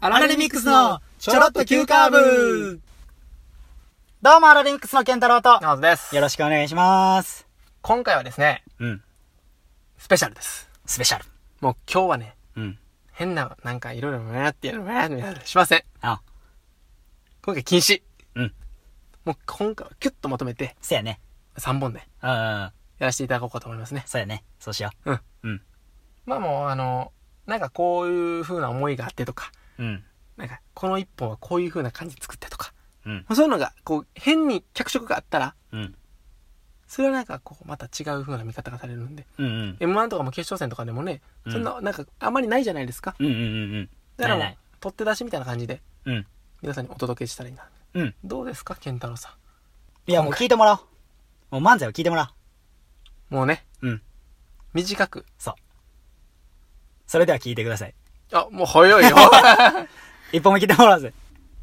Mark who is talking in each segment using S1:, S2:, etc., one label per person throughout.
S1: アラレミックスのちょろっと急カーブ
S2: どうも、アラレミックスのケンタロウと、
S1: ナオズです。
S2: よろしくお願いします。
S1: 今回はですね、
S2: うん。
S1: スペシャルです。
S2: スペシャル。
S1: もう今日はね、
S2: うん。
S1: 変な、なんかいろいろなってやるなみたいなのしません。
S2: あ、
S1: 今回禁止。
S2: うん。
S1: もう今回はキュッとまとめて、
S2: そうやね。
S1: 3本で
S2: うんうん。
S1: やらせていただこうかと思いますね。
S2: そうやね。そうしよ
S1: うん。
S2: う。うん。
S1: まあもう、あの、なんかこういう風な思いがあってとか、
S2: うん。
S1: なんかこの一本はこういう風な感じで作ってとか、
S2: うん。
S1: そういうのが、こう、変に脚色があったら、
S2: うん。
S1: それはなんかこう、また違う風な見方がされるんで、
S2: うん。うん。
S1: M1 とかも決勝戦とかでもね、
S2: うん
S1: そんな、なんかあまりないじゃないですか。
S2: うん。うん。
S1: だからもう
S2: ないない、
S1: 取って出しみたいな感じで、
S2: うん。うん。
S1: 皆さんにお届けしたらいいな。
S2: うん。
S1: どうですか、健太郎さ
S2: いや、もう聞いてもらおう。もう漫才を聞いてもら
S1: ん。もうね、
S2: おう。うん。
S1: 短く。
S2: そう。それでは聞いてください。
S1: あ、もう早い よ。
S2: 一本目聞いてもらおうぜ。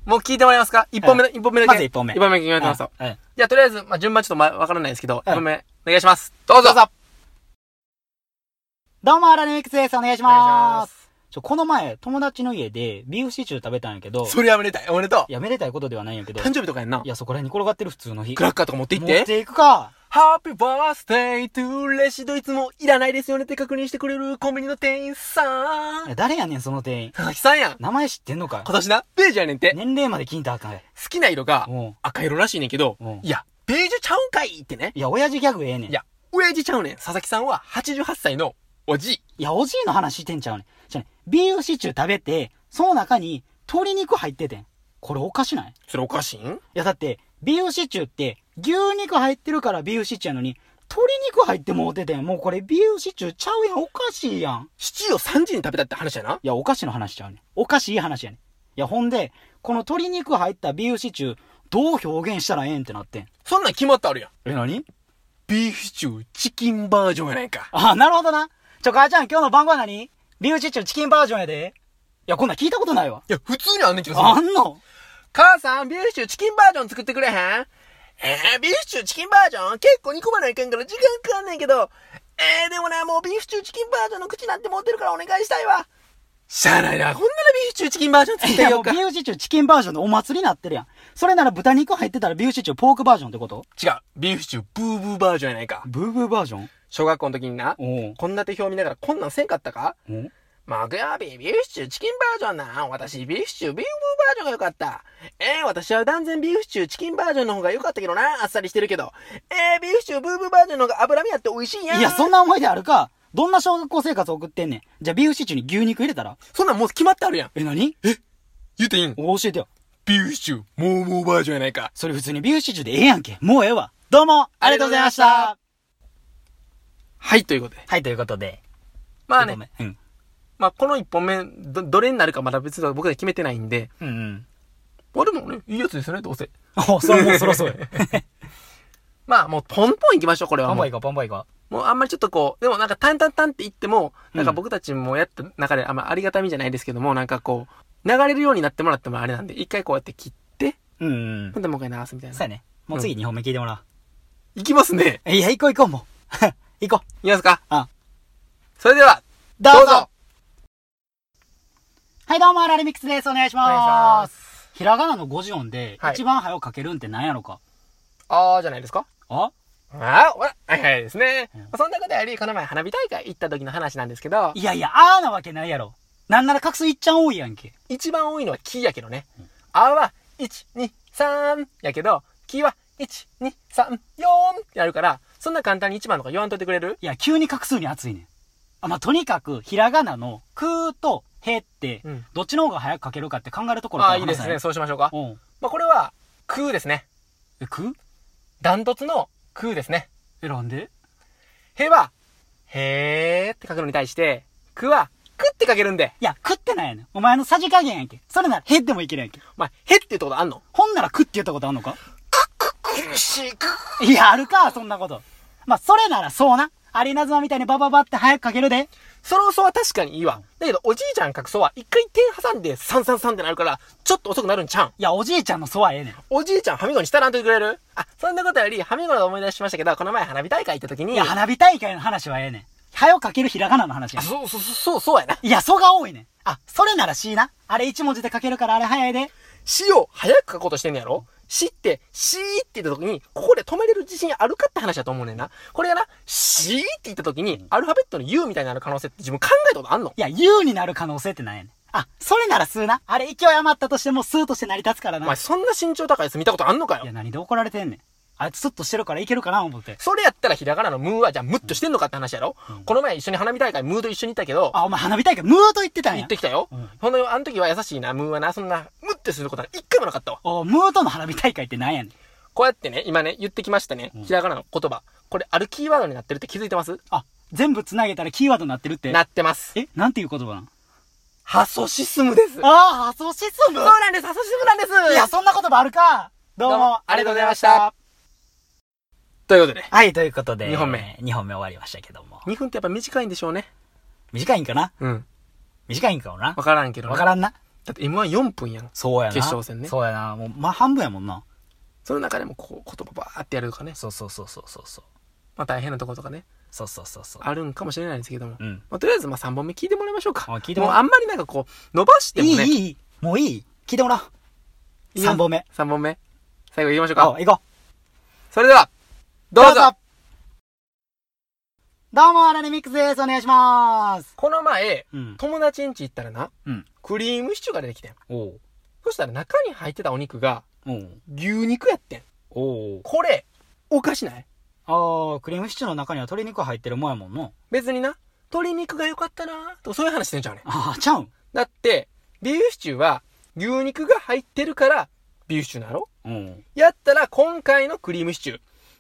S1: もう聞いてもらえますか一本目だ、一本目だけ。
S2: まず一本目
S1: 一本目決めてますよ。
S2: うん。
S1: じゃあ、とりあえず、まあ、順番ちょっとま、わからないですけど、
S2: うん
S1: 一本目、お願いします。どうぞ
S2: どうぞどうも、アラレミックスです。お願いし
S1: お願いし
S2: ま。
S1: ますす。
S2: ちょ、この前、友達の家で、ビーフシチュー食べたんやけど、
S1: それはめでたい。おめでと
S2: いや、めでたいことではないんやけ
S1: う。
S2: ど、
S1: 誕
S2: い
S1: 生日とかやんな。
S2: や、そこら辺に転がってる普通の日。
S1: クラッカーとか持って行っ。
S2: 持ってていくか。
S1: ハッピーバースデートゥレシドいつもいらないですよねって確認してくれるコンビニの店員さ
S2: い
S1: ん。
S2: や誰やねん、その店員。
S1: 佐々木さんやん。
S2: 名前知ってんのか
S1: 今年な、ベージュやねんって。
S2: 年齢まで聞いたらあかんや。
S1: 好きな色が
S2: うん
S1: 赤色らしいねんけど
S2: うん、
S1: いや、ベージュちゃうんかいってね。
S2: いや、親父ギャグええねん。
S1: い、や、親父ちゃうねん。佐々木さんは88歳のおじい。
S2: いやおじいの話してんちゃうねん。じゃね、ビーフシチュー食べて、その中に鶏肉入っててん。これおかしないい
S1: それおかしいん
S2: や、だって、ビーフシチューって、牛肉入ってるからビーフシチューやのに、鶏肉入ってもうててん。もうこれビーフシチューちゃうやん。おかしいやん。
S1: シチューを3時に食べたって話やな。
S2: いや、お菓子の話ちゃうねん。お菓子いい話やねん。いや、ほんで、この鶏肉入ったビーフシチュー、どう表現したらええんってなってん。
S1: そんなん決まってあるやん。
S2: え、何
S1: ビーフシチューチキンバージョンやないか。
S2: あ、なるほどな。ちょ、母ちゃん、今日の晩ご飯何ビーフシチューチキンバージョンやで。いや、こんなん聞いたことないわ。
S1: いや、普通にあんねんけどさ
S2: あんの
S1: 母さん、ビーフシチューチキンバージョン作ってくれへんえー、ビーフシチューチキンバージョン結構煮込まないかんから時間かかんねんけど。えー、でもな、もうビーフシチューチキンバージョンの口なんて持ってるからお願いしたいわ。しゃあないな。こんならビーフシチューチキンバージョン作っ
S2: い
S1: て
S2: や、
S1: みよ
S2: も
S1: う
S2: う
S1: か。
S2: ビーフシチューチキンバージョンのお祭りになってるやん。それなら豚肉入ってたらビーフシチューポークバージョンってこと
S1: 違う。ビーフシチューブーブーバージョンやないか。
S2: ブーブーバージョン
S1: 小学校の時にな、
S2: おう
S1: こんな手表見ながらこんなんせんかったか
S2: ん
S1: 木曜日、ビーフシチューチキンバージョンな。私、ビーフシチュー、ビーフバージョンが良かった。えー、私は断然ビーフシチュー、チキンバージョンの方が良かったけどな。あっさりしてるけど。えー、ビーフシチュー、ブーブーバージョンの方が脂身あって美味しいやん。
S2: いや、そんな思い出あるか。どんな小学校生活送ってんねん。じゃあビーフシチューに牛肉入れたら
S1: そんなんもう決まってあるやん。
S2: え、何
S1: 言うていいん
S2: お教えてよ。
S1: ビーフシチュー、モーモーバージョンやないか。
S2: それ普通にビーフシチューでええやんけ。もうええわ。どうもありがとうございました
S1: はい、ということで。
S2: はい、ということで。
S1: まあ
S2: ごめ
S1: ね、
S2: んうん。
S1: まあこの一本目、ど、どれになるかまだ別に僕で決めてないんで。
S2: うんうん。
S1: まあでもね、いいやつですよね、どうせ。
S2: おそれもうそろそ ろ。
S1: まあもうポンポン行きましょう、これはも
S2: パ
S1: う
S2: ンバイか、パンバイか。
S1: もうあんまりちょっとこう、でもなんかタンタンタンって言っても、
S2: うん
S1: なんか僕たちもやった中であんまありがたみじゃないですけども、なんかこう、流れるようになってもらってもあれなんで、一回こうやって切って、
S2: うんうん
S1: ほ。んでもう一回流すみたい
S2: そう
S1: な。
S2: やね。もう次2本目聞いてもら
S1: いきますね。
S2: う。いや、行こう行こう、もう。 行こう。
S1: いきますか
S2: あ
S1: それでは、
S2: ど
S1: どうぞ
S2: はい、どうも、アラレミックスです。お願いし
S1: お
S2: ま
S1: す。
S2: す。ひらがなの5字音で
S1: はい、
S2: 一番早く書けるんって何やろか。
S1: あーじゃないですか
S2: あ
S1: あー、ほら、はいはいですね。
S2: うん
S1: まあそんなことより、この前花火大会行った時の話なんですけど、
S2: いやいや、あーなわけないやろ。なんなら画数いっちゃん多いやんけ。
S1: 一番多いのはキーやけどね。あーは、1、2、3やけど、キーは、1、2、3、4ってやるから、そんな簡単に1番とか言わんといてくれる
S2: いや、急に画数に熱いねん。あ、まあ、とにかく、ひらがなの、くーと、へって
S1: うん、
S2: どっちの方が早く書けるかって考えるところ
S1: あ
S2: か
S1: あ
S2: ら
S1: ー、いいですね。
S2: す
S1: そうしましょうか。
S2: ね。うん。
S1: まあ、これは、空ですね。
S2: え、く
S1: ダントツの空ですね。
S2: え、なんで
S1: へは、へーって書くのに対して、くは、くって書けるんで。
S2: いや、くってないやねん。お前のさじ加減やんけ。それなら、へってもいけるやんけ。
S1: まあ、へって言ったことあんの
S2: ほんなら、くって言ったことあんのか
S1: く、苦しい、く。
S2: いや、あるか、そんなこと。まあ、それならそうな。アリナズマみたいにバババって早くかけるで。
S1: その嘘は確かにいいわ。だけど、おじいちゃん書くそは、一回点挟んで、三三三ってなるから、ちょっと遅くなるんちゃうん。
S2: いや、おじいちゃんのそはええねん。
S1: おじいちゃん、歯みごにしたらんといてくれるあ、そんなことより、歯みごの思い出しましたけど、この前花火大会行った時に、
S2: いや、花火大会の話はええねん。はよかけるひらがなの話や
S1: あ、
S2: ね
S1: そう、そう、そう、そうやな。
S2: いや、そが多いねん。あ、それなら C な。あれ一文字で書けるからあれ早いで。
S1: 死を早く書こうとしてんねやろ死って、死って言った時に、ここで止めれる自信あるかって話だと思うねんな。これやな、死って言った時に、アルファベットの U みたいになる可能性って自分考えたことあんの
S2: いや、U になる可能性ってなんやねん。あ、それなら数な。あれ勢い余ったとしても数として成り立つから
S1: お
S2: な。
S1: 前
S2: い
S1: そんな身長高いやつ見たことあんのかよ
S2: や、何で怒られてんねん。あいつスッとしてるからいけるかな思って。
S1: それやったらひらがなのムーはじゃあムッとしてんのかって話やろ、
S2: うん
S1: この前一緒に花火大会ムーと一緒に行ったけど、
S2: あ、お前花火大会ムーと言ってたん
S1: 行
S2: や
S1: っ。てきたよ。
S2: うん
S1: ほんの、あの時は優しいな、ムーはな、そんな、ムッてすることは一回もなかったわ。
S2: おムーとの花火大会ってなんやねん。
S1: こうやってね、今ね、言ってきましたね
S2: うん。
S1: ひらがなの言葉。これ、あるキーワードになってるって気づいてます
S2: あ、全部繋げたらキーワードになってるって。
S1: なってます。
S2: え、なんていう言葉なん
S1: ハソシスムです。そう
S2: ああ、そうシスム
S1: なんです、ハソシスムなんです。
S2: いや、そんな言葉あるかどう
S1: どう
S2: も
S1: も、
S2: あ
S1: あ
S2: り
S1: り
S2: が
S1: が
S2: と
S1: とう
S2: う
S1: ござい
S2: ございま
S1: ま
S2: し
S1: したた。ということで、
S2: はい、ということで。
S1: 二本目。
S2: 2本目終わりましたけども。
S1: 2分ってやっぱ短いんでしょうね。
S2: 短いんかな
S1: うん。
S2: 短いんかもな。
S1: わからんけど、ね。
S2: わからんな。
S1: だって M14 分やん。
S2: そうやな。
S1: 決勝戦ね
S2: そうやな。もう、まあ、半分やもんな。
S1: その中でもこう、言葉バーってやるとかね。
S2: そうそうそうそうそうそう。
S1: まあ大変なとことかね。
S2: そうそうそうそう。
S1: あるんかもしれないですけども。
S2: うん
S1: まあ、とりあえず、まあ3本目聞いてもらいましょうか。
S2: あ聞いてもら
S1: も
S2: う
S1: うあんまりなんかこう、伸ばしても
S2: いい、
S1: ね。
S2: いい、いい。もういい聞いてもらおう。3本目。。
S1: 3本目。最後行きましょう
S2: あ、
S1: か。
S2: 行こう。
S1: それでは、どうぞ
S2: どうも、アラネミックスです。お願いします。
S1: この前、
S2: うん。
S1: 友達ん家行ったらな、
S2: うん
S1: クリームシチューが出てきてん。
S2: おう。
S1: そしたら中に入ってたお肉が、
S2: おう。
S1: 牛肉やってん。
S2: おう。
S1: これ、おかしない
S2: ああ、クリームシチューの中には鶏肉入ってるもんやもんな。
S1: 別にな、鶏肉が良かったなとかそういう話してんちゃうねん。
S2: ああ、ちゃうん。
S1: だって、ビーフシチューは、牛肉が入ってるから、ビーフシチューなの
S2: うん。
S1: やったら、今回のクリームシチュー。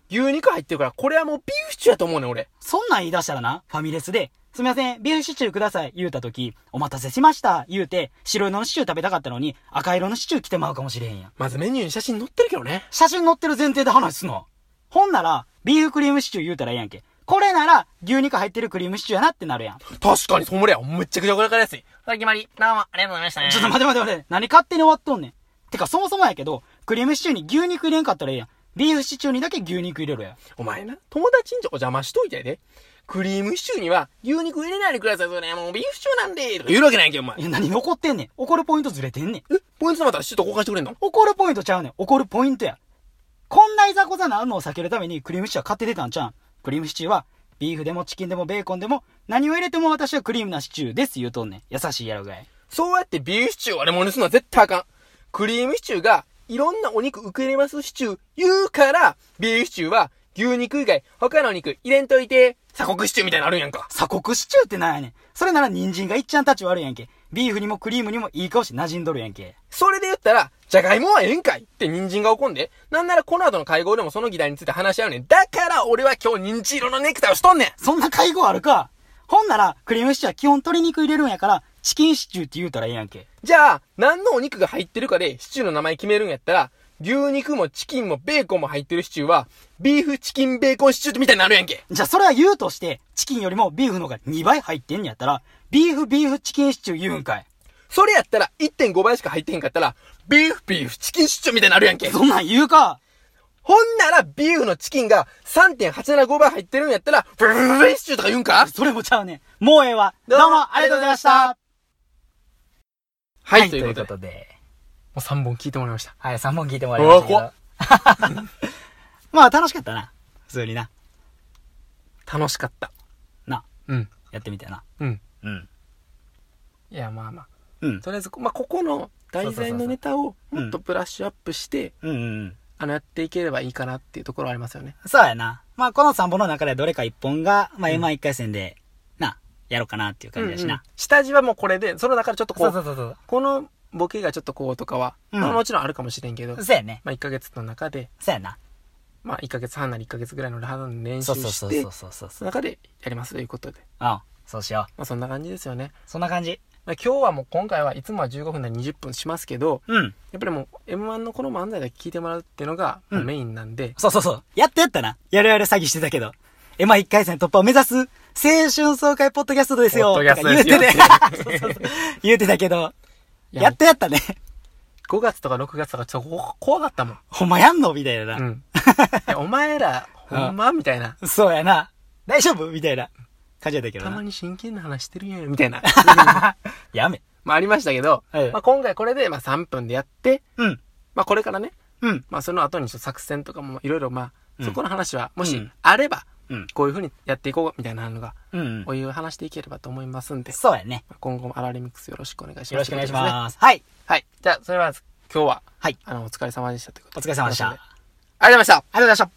S1: 牛肉入ってるから、これはもうビーフシチューやと思うねん、俺。
S2: そんなん言い出したらな、ファミレスで、すみません、ビーフシチューください、言うたとき、お待たせしました、言うて、白色のシチュー食べたかったのに、赤色のシチュー来てまうかもしれへんやん。
S1: まずメニューに写真載ってるけどね。
S2: 写真載ってる前提で話すな。ほんなら、ビーフクリームシチュー言うたらええやんけ。これなら、牛肉入ってるクリームシチューやなってなるやん。ちょ
S1: 確かに、そんぐらいや。めっちゃくちゃこれから安い。さ決まり。どうも、ありがとうございましたね
S2: っと待って待って待って、何勝手に終わっとんねん。てか、そもそもやけど、クリームシチューに牛肉入れんかったらええやん。ビーフシチューにだけ牛肉入れろや。
S1: お前な、友達んちお邪魔しといてで。クリームシチューには、牛肉入れないでください。それ、もうビーフシチューなんで。とか言うわけないけど、お前
S2: い。や、何に怒ってんねん。怒るポイントずれてんねん。
S1: え、ポイントまたシチューと交換してくれんの
S2: 怒るポイントちゃうねん。怒るポイントや。こんないざこざなのを避けるためにクリームシチューは買って出たんちゃうん。クリームシチューは、ビーフでもチキンでもベーコンでも、何を入れても私はクリームなシチューです言うとんねん。優しいやろがい。
S1: そうやってビーフシチューをれもにするのは絶対あかん。クリームシチューが、いろんなお肉受け入れますシチュー言うから、ビーフシチューは、牛肉以外、他のお肉入れんといて、鎖国シチューみたいになのあるんやんか。
S2: 鎖国シチューってなんやねん。それなら人参がいっちゃんたち悪いやんけ。ビーフにもクリームにもいい顔して馴染んどるやんけ。
S1: それで言ったら、じゃがいもはええんかいって人参が怒んで、なんならこの後の会合でもその議題について話し合うねん。だから俺は今日人参色のネクタイをしとんねん
S2: そんな会合あるかほんなら、クリームシチューは基本鶏肉入れるんやから、チキンシチューって言うたらええやんけ。
S1: じゃあ、何のお肉が入ってるかでシチューの名前決めるんやったら、牛肉もチキンもベーコンも入ってるシチューは、ビーフチキンベーコンシチューってみたいになるやんけ。
S2: じゃあそれは言うとして、チキンよりもビーフの方が2倍入ってんやったら、ビーフビーフチキンシチュー言うんかい。
S1: それやったら1.5倍しか入ってへんかったら、ビーフビーフチキンシチューみたいになるやんけ。
S2: そんなん言うか
S1: ほんなら、ビーフのチキンが3.875倍入ってるんやったら、ブルブルブルシチューとか言うんか
S2: それもちゃうね。もうええわ。ど
S1: ど
S2: う
S1: う
S2: も
S1: も
S2: あ
S1: あ
S2: り
S1: り
S2: が
S1: がとう
S2: とうご
S1: ご
S2: ざ
S1: ざい
S2: いま
S1: ましたた。はい、
S2: しと
S1: と
S2: い
S1: いうう
S2: こ
S1: ことで。
S2: と
S1: も
S2: で。
S1: う3本聞いてもらいました。
S2: はい、3本聞いてもらいましたけ
S1: う
S2: ど
S1: わ。
S2: まあ楽しかったな。普通にな。
S1: 楽しかった。
S2: な。
S1: うん。
S2: やってみたな。
S1: うん。
S2: うん。
S1: いや、まあまあ。
S2: うん。
S1: とりあえず、まあ、ここの題材のネタを
S2: そうそうそうそう
S1: もっとブラッシュアップして、
S2: うんうん。
S1: あの、やっていければいいかなっていうところありますよね。
S2: そうやな。まあこの3本の中でどれか1本が、まあ M11 回戦で、な、やろうかなっていう感じだし
S1: うんうん
S2: な。
S1: 下地はもうこれで、その中でちょっとこう、
S2: うそうそう
S1: このボケがちょっとこうとかは、
S2: うん
S1: まあもちろんあるかもしれんけど、
S2: そうやね。
S1: まあ、1ヶ月の中で、
S2: そうやな。
S1: まあ、1ヶ月半なり1ヶ月ぐらいの練習
S2: そう
S1: して、
S2: そうそうそうそうそう。
S1: その中でやりますということで。
S2: うん。そうしよ
S1: まあ、そんな感じですよね。
S2: う。そんな感じ。
S1: まあ、今日はもう、今回はいつもは15分なり20分しますけど、
S2: うん。
S1: やっぱりもう、M1 のこの漫才で聞いてもらうっていうのが、
S2: うん
S1: まあメインなんで、
S2: そうそうそう。やったやったな。やるやる詐欺してたけど。え、まあ、一回戦突破を目指す、青春爽快ポッドキャストですよ。
S1: ポッドキャスト
S2: とか
S1: ですよ
S2: 言うてね。 そうそうそう言うてたけど。
S1: いや
S2: やったやったね。
S1: 5月とか6月とかちょっとこ怖かったもん。
S2: ほんまやんのみたいな
S1: う
S2: な。
S1: ん。いやお前ら、ほんまみたいな。
S2: そうやな。大丈夫みたいな。感じやったけど
S1: たま
S2: な。
S1: に真剣な話してるやん、みた いな。
S2: やめ。
S1: まあありましたけど、
S2: はい
S1: まあ今回これでまあ3分でやって、
S2: うん。
S1: まあこれからね、
S2: うん。
S1: まあその後にちょっと作戦とかもいろいろまあ、
S2: うん
S1: そこの話は、も
S2: う
S1: し
S2: ん
S1: あれば、
S2: うん。
S1: こういう風にやっていこうみたいなのが、
S2: うん
S1: お。湯を話していければと思いますんで、
S2: そうやね。
S1: 今後もアラレミックスよろしくお願いします。
S2: よろしくお願いし
S1: すね。
S2: ます。はい。
S1: はい。じゃあ、それは今日は、
S2: はい
S1: あの、お疲れ様でしたというこ
S2: お
S1: と
S2: 疲
S1: で。
S2: れ様でした。あ
S1: という
S2: り
S1: こと
S2: が
S1: でありがとうございました。
S2: とうございました。